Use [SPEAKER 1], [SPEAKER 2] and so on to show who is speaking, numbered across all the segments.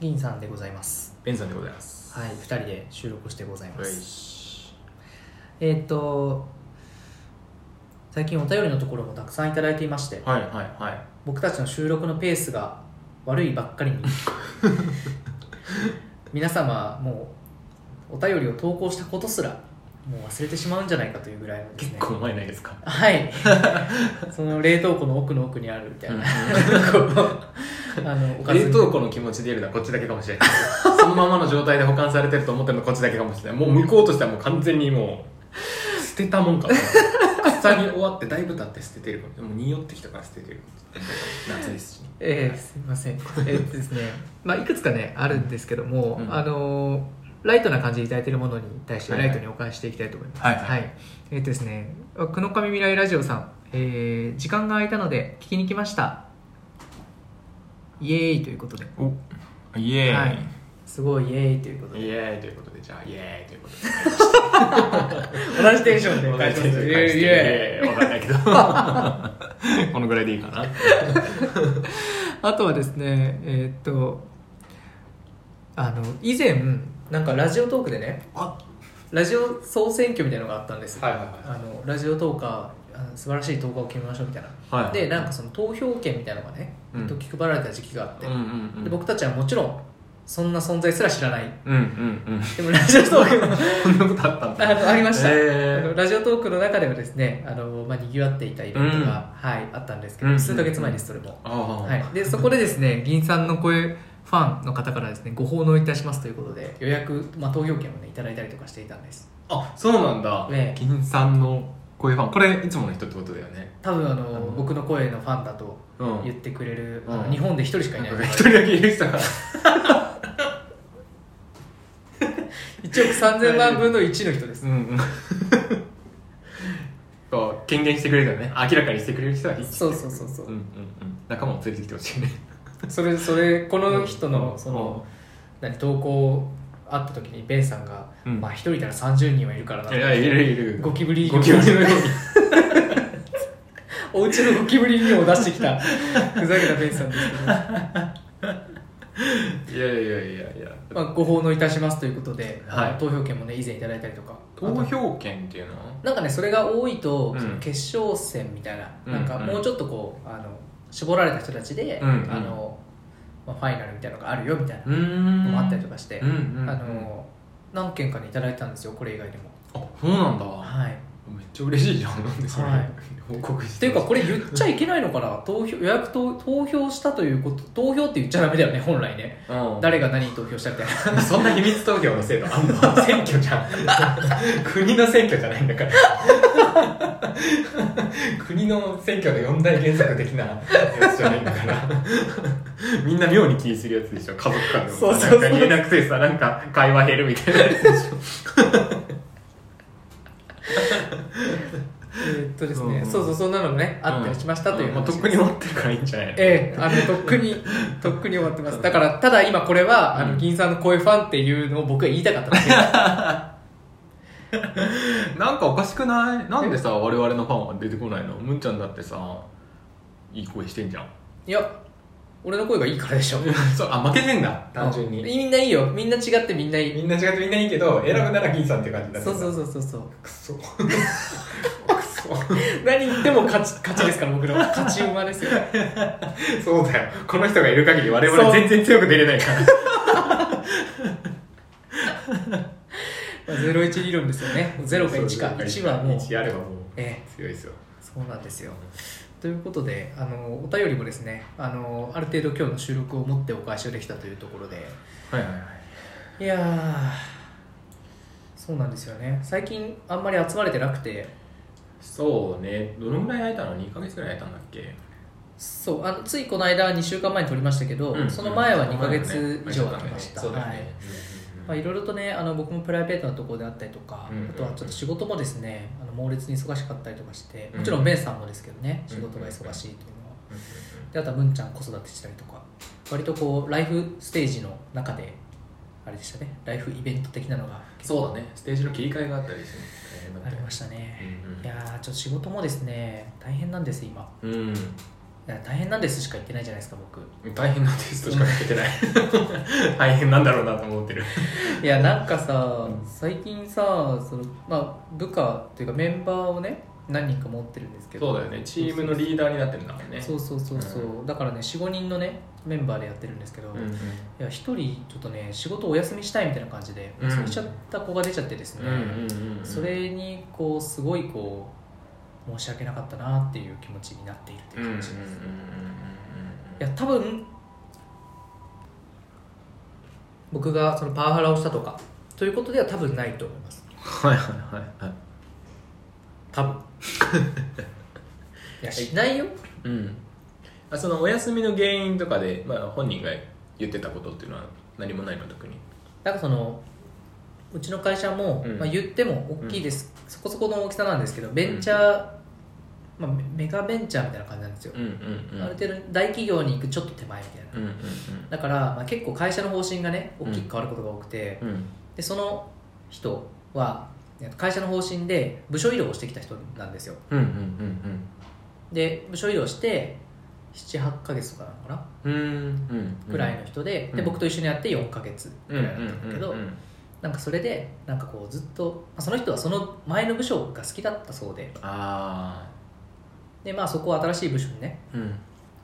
[SPEAKER 1] リンさんでございます
[SPEAKER 2] ベンさんでございます。
[SPEAKER 1] はい2人で収録してございま
[SPEAKER 2] はい
[SPEAKER 1] す、えーっと最近お便りのところもたくさんいただいていまして
[SPEAKER 2] はいはいはい。
[SPEAKER 1] 僕たちの収録のペースが悪いばっかり に皆様もうお便りを投稿したことすらもう忘れてしまうんじゃないかというぐらいのです
[SPEAKER 2] 結
[SPEAKER 1] ね
[SPEAKER 2] 構前ないですか。
[SPEAKER 1] はいその冷凍庫の奥の奥にあるみたいな、 こうあのおかず
[SPEAKER 2] 冷
[SPEAKER 1] に
[SPEAKER 2] 凍庫の気持ちでいるのはこっちだけかもし れない。そのままの状態で保管されてると思ってるのはこっちだけかもしれない。もう向こうとしてはもう完全にもう、捨てたもんか。 腐り終わってだいぶ経って捨ててるかも。もう匂ってきたから捨ててる。夏ですし、ね。
[SPEAKER 1] ええすみません、えーっとですねまあ、いくつかねあるんですけども、
[SPEAKER 2] うん
[SPEAKER 1] あのーライトな感じでいただいているものに対して
[SPEAKER 2] はい
[SPEAKER 1] ラ
[SPEAKER 2] はい
[SPEAKER 1] イトにお返ししていきたいと思います
[SPEAKER 2] はいはい
[SPEAKER 1] えーっとですね久野上未来ラジオさん、えー時間が空いたので聞きに来ましたイエーイということで
[SPEAKER 2] おイエーイ、
[SPEAKER 1] はいすごいイエーイということ
[SPEAKER 2] イ
[SPEAKER 1] で
[SPEAKER 2] エーイということで、じゃあイエーイということで。
[SPEAKER 1] 同じテンションで
[SPEAKER 2] わかり
[SPEAKER 1] イエーイ
[SPEAKER 2] わかんないけど。 このぐらいでいいかな。
[SPEAKER 1] あとはですねえーっとあの以前なんかラジオトークでね
[SPEAKER 2] あ
[SPEAKER 1] ラジオ総選挙みたいなのがあったんですよ
[SPEAKER 2] はいはいはい
[SPEAKER 1] あのラジオトーカーあの素晴らしいトーカーを決めましょうみたいな、
[SPEAKER 2] はいはい
[SPEAKER 1] でなんかその投票権みたいなのがね、
[SPEAKER 2] うん
[SPEAKER 1] ずっと気配られた時期があって、
[SPEAKER 2] うんうんうん。
[SPEAKER 1] で僕たちはもちろんそんな存在すら知らない
[SPEAKER 2] うんうんうん。
[SPEAKER 1] でもラジオトークの
[SPEAKER 2] こんなことあったんだ。
[SPEAKER 1] あのありました、
[SPEAKER 2] へー
[SPEAKER 1] あ のラジオトークの中ではですねあの、まあ、にぎわっていたイベントが、はい、あったんですけど、
[SPEAKER 2] うん
[SPEAKER 1] 数ヶ月前ですそれも、
[SPEAKER 2] ああ、
[SPEAKER 1] はい、でそこでですね銀さんの声ファンの方からですねご奉納いたしますということで予約、まあ、投票権をねいただいたりとかしていたんです
[SPEAKER 2] あそうなんだ、
[SPEAKER 1] ね
[SPEAKER 2] 銀さんの声ファンこれいつもの人ってことだよね
[SPEAKER 1] 多分あの、
[SPEAKER 2] うん
[SPEAKER 1] 僕の声のファンだと
[SPEAKER 2] うん
[SPEAKER 1] 言ってくれる、あの
[SPEAKER 2] うん
[SPEAKER 1] 日本で一人しかいな
[SPEAKER 2] ないんか一人だけい る人が
[SPEAKER 1] 1億3000万 分の1の人です
[SPEAKER 2] うんうん こう権限してくれるよね明らかにしてくれる人は
[SPEAKER 1] そうそうそうそう
[SPEAKER 2] うんうんうん仲間を連れてきてほしいね
[SPEAKER 1] それそれこの人
[SPEAKER 2] う
[SPEAKER 1] の
[SPEAKER 2] ん
[SPEAKER 1] その、何投稿あった時にベンさんが、
[SPEAKER 2] うん
[SPEAKER 1] まあ一人いたら30人はいるからなと
[SPEAKER 2] いやいるいる
[SPEAKER 1] ゴキブリ
[SPEAKER 2] ゴキブリのように
[SPEAKER 1] お家のゴキブリ量を出してき たふざけたベンさんですけど、ま
[SPEAKER 2] いやいやいやいや、
[SPEAKER 1] あ、ご奉納いたしますということで、あの
[SPEAKER 2] はい
[SPEAKER 1] 投票権もね以前いただいたりとか
[SPEAKER 2] 投票権っていうのは
[SPEAKER 1] なんかねそれが多いと、
[SPEAKER 2] うん
[SPEAKER 1] その決勝戦みたいな,、
[SPEAKER 2] うん
[SPEAKER 1] なんかもうちょっとこうあの絞られた人たちで、
[SPEAKER 2] うんうん
[SPEAKER 1] あのまあ、ファイナルみたいなのがあるよみたいな
[SPEAKER 2] うーん
[SPEAKER 1] のもあったりとかして、
[SPEAKER 2] うんうんうん
[SPEAKER 1] あの何件かにいただいたんですよこれ以外でも。
[SPEAKER 2] あそうなんだ
[SPEAKER 1] はい、
[SPEAKER 2] めっちゃ嬉しいじゃんなんでそれ、
[SPEAKER 1] はい
[SPEAKER 2] 報告し
[SPEAKER 1] って
[SPEAKER 2] て
[SPEAKER 1] いうかこれ言っちゃいけないのか な投票予約と投票したということ投票って言っちゃダメだよね本来ね
[SPEAKER 2] れ、うん、
[SPEAKER 1] 誰が何に投票したみたいな
[SPEAKER 2] そんな秘密投票の制度あんの選挙じゃん 国の選挙じゃないんだから国の選挙の四大原則的なやつじゃないんだからみんな妙に気にするやつでしょ家族間でも
[SPEAKER 1] そうそうそう
[SPEAKER 2] なんか言えなくてさなんか会話減るみたいなやつでし ょ
[SPEAKER 1] えーっとですね、
[SPEAKER 2] うん
[SPEAKER 1] そうそうそんなのもねあったりしましたという
[SPEAKER 2] もう
[SPEAKER 1] 話で
[SPEAKER 2] とっ
[SPEAKER 1] す
[SPEAKER 2] くに終わってるからいいんじゃないの
[SPEAKER 1] ええあのとっく にとっくに終わってますだからただ今これは、あ
[SPEAKER 2] う
[SPEAKER 1] の
[SPEAKER 2] ん
[SPEAKER 1] 銀さんの声ファンっていうのを僕は言いたかっただけ です
[SPEAKER 2] なんかおかしくないなんでさ我々のファンは出てこないのむんちゃんだってさいい声してんじゃん
[SPEAKER 1] いや俺の声がいいからでしょ
[SPEAKER 2] そうあ負けてんだ
[SPEAKER 1] うんみんないいよみんな違ってみんないい
[SPEAKER 2] みんな違ってみんないいけど選ぶなら銀さんって感じだ
[SPEAKER 1] そうそううそうそうそう
[SPEAKER 2] ク ソ
[SPEAKER 1] 何言っても勝ち勝ちですから僕の勝ち馬 ですよ
[SPEAKER 2] そうだよこの人がいる限り我
[SPEAKER 1] そう
[SPEAKER 2] 々全然強く出れないから
[SPEAKER 1] まあ01理論ですよね0か1か1はもう
[SPEAKER 2] 1あればもう
[SPEAKER 1] ええ
[SPEAKER 2] 強いですよ
[SPEAKER 1] そうなんですよということであのお便りもですねあのある程度今日の収録をもってお返しをできたというところで
[SPEAKER 2] はいはいはい
[SPEAKER 1] いやーそうなんですよね最近あんまり集まれてなくて
[SPEAKER 2] そうねどのぐらい空いたの2ヶ月ぐらい空いたんだっけ
[SPEAKER 1] そうあのついこの間2週間前に撮りましたけど、
[SPEAKER 2] うん
[SPEAKER 1] その前は
[SPEAKER 2] うん
[SPEAKER 1] 2ヶ月以上ありました、
[SPEAKER 2] そうだよ
[SPEAKER 1] はい
[SPEAKER 2] ねうんうんうん
[SPEAKER 1] まあ、いろいろとねあの僕もプライベートなところであったりとか、
[SPEAKER 2] うんうんうん
[SPEAKER 1] あとはちょっと仕事もですねあの猛烈に忙しかったりとかして
[SPEAKER 2] うん
[SPEAKER 1] もちろんベンさんもですけどね仕事が
[SPEAKER 2] うんうんう
[SPEAKER 1] 忙
[SPEAKER 2] ん
[SPEAKER 1] しいというのはであとはムンちゃん子育てしたりとか割とこうライフステージの中であれでしたねライフイベント的なのが
[SPEAKER 2] そうだねステージの切り替えがあったりして大変だ
[SPEAKER 1] あ
[SPEAKER 2] っ
[SPEAKER 1] り
[SPEAKER 2] たよ
[SPEAKER 1] ましたね、
[SPEAKER 2] うんうん
[SPEAKER 1] いやーちょっと仕事もですね大変なんです今
[SPEAKER 2] うん
[SPEAKER 1] や大変なんですしか言ってないじゃないですか僕
[SPEAKER 2] 大変なテストしか書けてない 大変なんだろうなと思ってる
[SPEAKER 1] いやなんかさ
[SPEAKER 2] うん
[SPEAKER 1] 最近さその、まあ、部下というかメンバーをね何人か持ってるんですけど
[SPEAKER 2] そうだよねチームのリーダーになってるんだもんね
[SPEAKER 1] そうそうそうそう、だからね45人のねメンバーでやってるんですけど、
[SPEAKER 2] うん
[SPEAKER 1] いや1人ちょっとね仕事お休みしたいみたいな感じで
[SPEAKER 2] うん
[SPEAKER 1] 休みしちゃった子が出ちゃってですね、
[SPEAKER 2] うんうんうんうん
[SPEAKER 1] それにこうすごいこう申し訳なかったなっていう気持ちになっているって
[SPEAKER 2] う
[SPEAKER 1] い
[SPEAKER 2] んうん
[SPEAKER 1] う
[SPEAKER 2] うんうんうん
[SPEAKER 1] 感じです、いや多分僕がそのパワハラをしたとかということでは多分ないと思います
[SPEAKER 2] はいはいはいはい
[SPEAKER 1] 多 分いやしないよ
[SPEAKER 2] うんあそのお休みの原因とかで、まあ、本人が言ってたことっていうのは何もないの特に
[SPEAKER 1] なんかそのうちの会社も、
[SPEAKER 2] うん
[SPEAKER 1] まあ、言っても大きいです、そこそこの大きさなんですけどベンチャー、まあ、メメガベンチャーみたいな感じなんですよ、
[SPEAKER 2] うんうん
[SPEAKER 1] ある程度大企業に行くちょっと手前みたいな、
[SPEAKER 2] うんうん
[SPEAKER 1] だから、まあ、結構会社の方針がね大きく変わることが多くて、
[SPEAKER 2] うんうん
[SPEAKER 1] でその人はえっと会社の方針で部署移動をしてきた人なんですよ
[SPEAKER 2] うんうん
[SPEAKER 1] で部署移動して78ヶ月とかなのかな
[SPEAKER 2] うんうんうん
[SPEAKER 1] ぐらいの人で,、で
[SPEAKER 2] うん
[SPEAKER 1] 僕と一緒にやって4ヶ月ぐ
[SPEAKER 2] うんう
[SPEAKER 1] ら
[SPEAKER 2] ん
[SPEAKER 1] いだったんだけど、
[SPEAKER 2] うんうん
[SPEAKER 1] なんかそれでなんかこうずっと、まあその人はその前の部署が好きだったそうで
[SPEAKER 2] あ
[SPEAKER 1] で、まあ、そこは新しい部署にね
[SPEAKER 2] あうん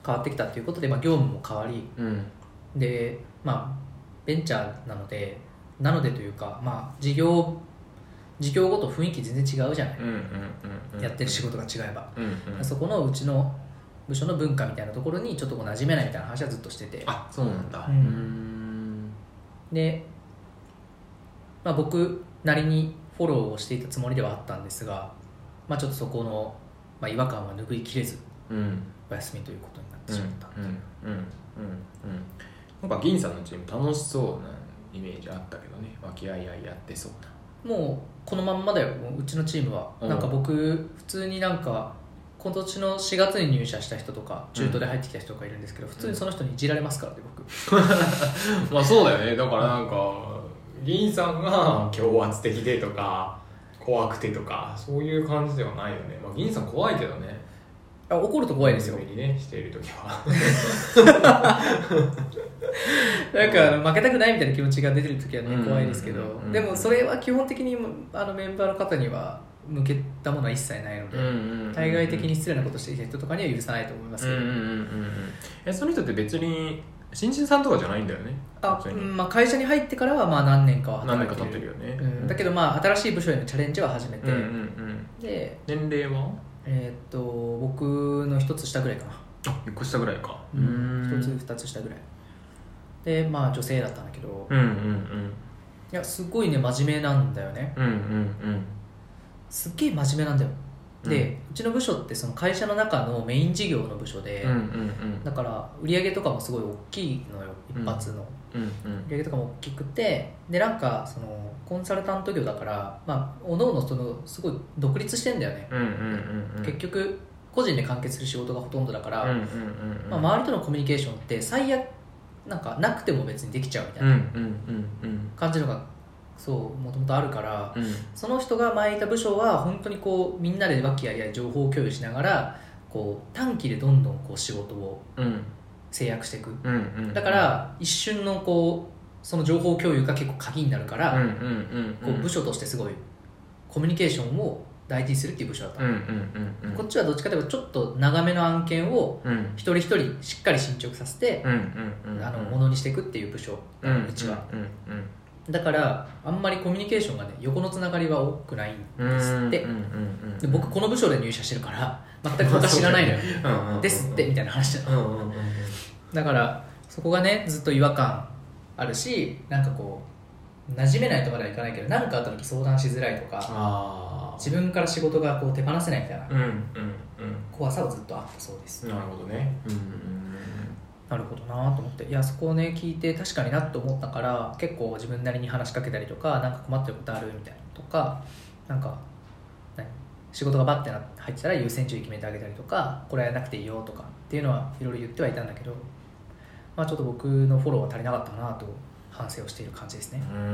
[SPEAKER 1] 変わってきたということで、まあ、業務も変わり
[SPEAKER 2] うん
[SPEAKER 1] で、まあ、ベンチャーなのでなのでというか、まあ、事業事業ごと雰囲気全然違うじゃない、
[SPEAKER 2] うんうんうんうん
[SPEAKER 1] やってる仕事が違えば、
[SPEAKER 2] うんうん
[SPEAKER 1] そこのうちの部署の文化みたいなところにちょっとこう馴染めないみたいな話はずっとしてて
[SPEAKER 2] あそうなんだ
[SPEAKER 1] うん
[SPEAKER 2] ん
[SPEAKER 1] で、まあ、僕なりにフォローをしていたつもりではあったんですが、まあ、ちょっとそこの、まあ、違和感は拭いきれず
[SPEAKER 2] うん
[SPEAKER 1] お休みということになって
[SPEAKER 2] うん
[SPEAKER 1] しまった、
[SPEAKER 2] うんうんうんなんか銀さんのチーム楽しそうなイメージあったけどね和気あいあいやってそうな
[SPEAKER 1] もうこのまんまだよもううちのチームは、
[SPEAKER 2] うん
[SPEAKER 1] なんか僕普通になんか今年の4月に入社した人とか中途で入ってきた人がいるんですけど、普通にその人にいじられますからね僕、
[SPEAKER 2] まあそうだよねだからなんか銀さんが強圧的でとか怖くてとかそういう感じではないよね、まあ、銀さん怖いけどね
[SPEAKER 1] あ怒ると怖いですよ、
[SPEAKER 2] にねしている時は
[SPEAKER 1] なんかあの負けたくないみたいな気持ちが出てる時はね、
[SPEAKER 2] うん
[SPEAKER 1] 怖いですけど、
[SPEAKER 2] うん
[SPEAKER 1] でもそれは基本的にあのメンバーの方には向けたものは一切ないので、対外的に失礼なことしてきた人とかには許さないと思います
[SPEAKER 2] う
[SPEAKER 1] け
[SPEAKER 2] んうん
[SPEAKER 1] ど、
[SPEAKER 2] うんうんえその人って別に新人さんとかじゃないんだよね
[SPEAKER 1] あ
[SPEAKER 2] 別に
[SPEAKER 1] うんまあ、会社に入ってからはまあ何年かは
[SPEAKER 2] 何
[SPEAKER 1] 働
[SPEAKER 2] 年
[SPEAKER 1] い
[SPEAKER 2] か
[SPEAKER 1] て
[SPEAKER 2] 経
[SPEAKER 1] る
[SPEAKER 2] ってるよね、
[SPEAKER 1] うん、だけどまあ新しい部署へのチャレンジは始めて、
[SPEAKER 2] うんうんうん
[SPEAKER 1] で
[SPEAKER 2] 年齢は
[SPEAKER 1] えーっと僕の一つ下ぐらいかな
[SPEAKER 2] あ1個下ぐらいか
[SPEAKER 1] 一、つ二つ下ぐらいでまあ女性だったんだけど、い
[SPEAKER 2] うんうんうん
[SPEAKER 1] やすごいね真面目なんだよね
[SPEAKER 2] うんうん
[SPEAKER 1] すっげえ真面目なんだよで、う
[SPEAKER 2] う
[SPEAKER 1] ちの部署ってその会社の中のメイン事業の部署で、
[SPEAKER 2] うんうんうん
[SPEAKER 1] だから売り上げとかもすごい大きいのよ
[SPEAKER 2] うん
[SPEAKER 1] 一発の、
[SPEAKER 2] う
[SPEAKER 1] 売
[SPEAKER 2] ん
[SPEAKER 1] り上げとかも大きくてでなんかそのコンサルタント業だからまあおのおのそのすごい独立してんだよね、
[SPEAKER 2] うんうんうんうん
[SPEAKER 1] 結局個人で完結する仕事がほとんどだから、
[SPEAKER 2] うんうんうん
[SPEAKER 1] まあ、周りとのコミュニケーションって最悪なんかなくても別にできちゃうみたい
[SPEAKER 2] うんう
[SPEAKER 1] なん
[SPEAKER 2] うん
[SPEAKER 1] 感じのがそうもともとあるから
[SPEAKER 2] うん
[SPEAKER 1] その人が前いた部署は本当にこうみんなで和気あいあい情報共有しながらこう短期でどんどんこう仕事を
[SPEAKER 2] うん
[SPEAKER 1] 制約していく
[SPEAKER 2] うんうんうん
[SPEAKER 1] だから一瞬のこうその情報共有が結構鍵になるか
[SPEAKER 2] うん
[SPEAKER 1] ら、
[SPEAKER 2] うんうん
[SPEAKER 1] こう部署としてすごいコミュニケーションを大事にするっていう部署だった、
[SPEAKER 2] うんうんうんうん
[SPEAKER 1] こっちはどっちかというとちょっと長めの案件を
[SPEAKER 2] うんうん
[SPEAKER 1] 一人一人しっかり進捗させて、
[SPEAKER 2] うんうん
[SPEAKER 1] あのものにしていくっていう部署なのうちは、
[SPEAKER 2] うんうん
[SPEAKER 1] だからあんまりコミュニケーションがね横のつながりは多くないん
[SPEAKER 2] うん
[SPEAKER 1] ですって
[SPEAKER 2] うんうんうんうん
[SPEAKER 1] で僕この部署で入社してるから全く他知らないのよ
[SPEAKER 2] うんうんうんうん
[SPEAKER 1] ですってみたいな話だ
[SPEAKER 2] うんうんうんうん
[SPEAKER 1] だからそこがねずっと違和感あるしなんかこう馴染めないとまではいかないけど何かあった時相談しづらいとか
[SPEAKER 2] あ
[SPEAKER 1] 自分から仕事がこう手放せないみたいな
[SPEAKER 2] ーうんうんうん
[SPEAKER 1] 怖さはずっとあったそうです、
[SPEAKER 2] なるほどねうん
[SPEAKER 1] なるほどなと思っていやそこをね聞いて確かになと思ったから結構自分なりに話しかけたりとかなんか困ってることあるみたいなとかなんか何仕事がバッてな入ってたら優先順位決めてあげたりとかこれはやらなくていいよとかっていうのはいろいろ言ってはいたんだけど、まあ、ちょっと僕のフォローは足りなかったなと反省をしている感じですね。
[SPEAKER 2] うんうん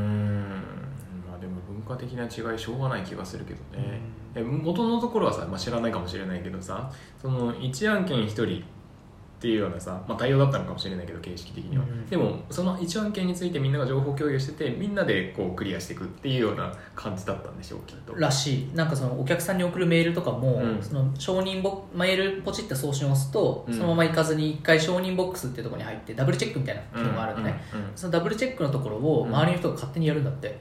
[SPEAKER 2] まあでも文化的な違いしょうがない気がするけどね、え元のところはさ、まあ、知らないかもしれないけどさその1案件1人っていうようなさ、まあ、対応だったのかもしれないけど形式的には、
[SPEAKER 1] うん
[SPEAKER 2] でもその一案件についてみんなが情報共有しててみんなでこうクリアしていくっていうような感じだったんでしょうきっと
[SPEAKER 1] らしいなんかそのお客さんに送るメールとかも、
[SPEAKER 2] うん
[SPEAKER 1] その承認ボメールポチって送信を押すと、
[SPEAKER 2] うん
[SPEAKER 1] そのまま行かずに一回承認ボックスっていうところに入ってダブルチェックみたいな
[SPEAKER 2] う
[SPEAKER 1] 機能があるんでね、
[SPEAKER 2] うんうん
[SPEAKER 1] そのダブルチェックのところを
[SPEAKER 2] うん
[SPEAKER 1] 周りの人が勝手にやるんだって、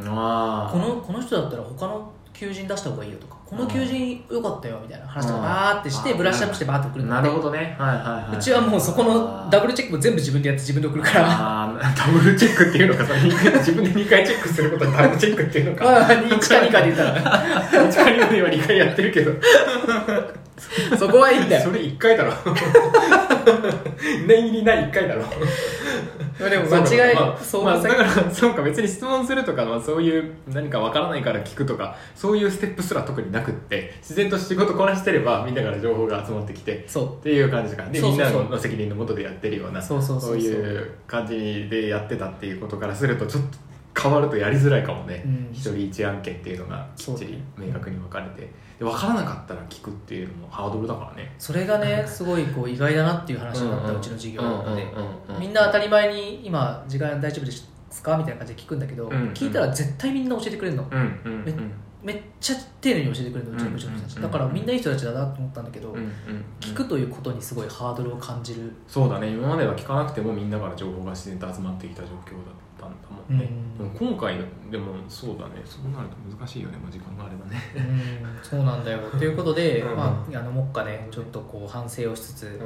[SPEAKER 2] あ
[SPEAKER 1] このこの人だったら他の求人出した方がいいよとかこの求人良かったよみたいな話とか
[SPEAKER 2] うん
[SPEAKER 1] バーってして
[SPEAKER 2] あ
[SPEAKER 1] ブラッシュアップしてバーって送るんだ
[SPEAKER 2] な
[SPEAKER 1] って
[SPEAKER 2] るほどねはいはい、はいう
[SPEAKER 1] ちは もうそこのダ
[SPEAKER 2] ブ
[SPEAKER 1] ブルチェックも全部自分でやって自分で送るから
[SPEAKER 2] あーダブルチェックっていうのかさ二回自分で2回チェックすることにダブルチェックってい うのか
[SPEAKER 1] あー二か二かで言った ら
[SPEAKER 2] 1回までは2回やってるけど
[SPEAKER 1] そこはいいんだよ
[SPEAKER 2] それ1回だろ念入りな1回だろ
[SPEAKER 1] でも間違い
[SPEAKER 2] そうだねまあ
[SPEAKER 1] そう
[SPEAKER 2] まあ
[SPEAKER 1] さっ
[SPEAKER 2] だ
[SPEAKER 1] き
[SPEAKER 2] からそうか別に質問するとか、まあ、そういう何かわからないから聞くとかそういうステップすら特になくって自然と仕事こなしてればみんなから情報が集まってきて
[SPEAKER 1] そ
[SPEAKER 2] っていう感じかで
[SPEAKER 1] そう
[SPEAKER 2] み
[SPEAKER 1] そ
[SPEAKER 2] ん
[SPEAKER 1] うそう
[SPEAKER 2] なの責任のもとでやってるような
[SPEAKER 1] そうそうそうそう
[SPEAKER 2] いう感じでやってたっていうことからするとちょっと変わるとやりづらいかもね、
[SPEAKER 1] うん
[SPEAKER 2] 一人一案件っていうのがきっちり明確に分かれてで分からなかったら聞くっていうのもハードルだからね
[SPEAKER 1] それがねすごいこう意外だなっていう話になった
[SPEAKER 2] んん
[SPEAKER 1] うちの授業なので
[SPEAKER 2] うんうんうんうん
[SPEAKER 1] みんな当たり前に今時間大丈夫ですかみたいな感じで聞くんだけど
[SPEAKER 2] うんうん
[SPEAKER 1] 聞いたら絶対みんな教えてくれるの
[SPEAKER 2] うんうんうん
[SPEAKER 1] めめっちゃ丁寧に教えてくれるのうちの部長の人たちだからみんないい人たちだなと思ったんだけど
[SPEAKER 2] うんうん
[SPEAKER 1] 聞くということにすごいハードルを感じる
[SPEAKER 2] そうだね今までは聞かなくてもみんなから情報が自然と集まってきた状況だったんだもんね、
[SPEAKER 1] うん
[SPEAKER 2] でも今回でもそうだねそうなると難しいよねもう時間があればね
[SPEAKER 1] うんそうなんだよということで、
[SPEAKER 2] うん
[SPEAKER 1] まあ、あの目下ねちょっとこう反省をしつつ、
[SPEAKER 2] うんうん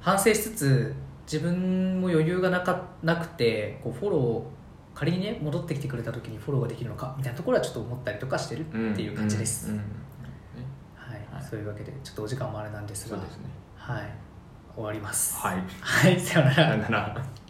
[SPEAKER 1] 反省しつつ自分も余裕がなかなくてこうフォローを仮にね戻ってきてくれた時にフォローができるのかみたいなところはちょっと思ったりとかしてる
[SPEAKER 2] うん
[SPEAKER 1] っていう感じです、
[SPEAKER 2] うんうんね
[SPEAKER 1] はい
[SPEAKER 2] はい
[SPEAKER 1] そういうわけでちょっとお時間もあれなんです
[SPEAKER 2] そ
[SPEAKER 1] が
[SPEAKER 2] うですね
[SPEAKER 1] はい終わります
[SPEAKER 2] はい
[SPEAKER 1] はい、さようなら
[SPEAKER 2] さよなら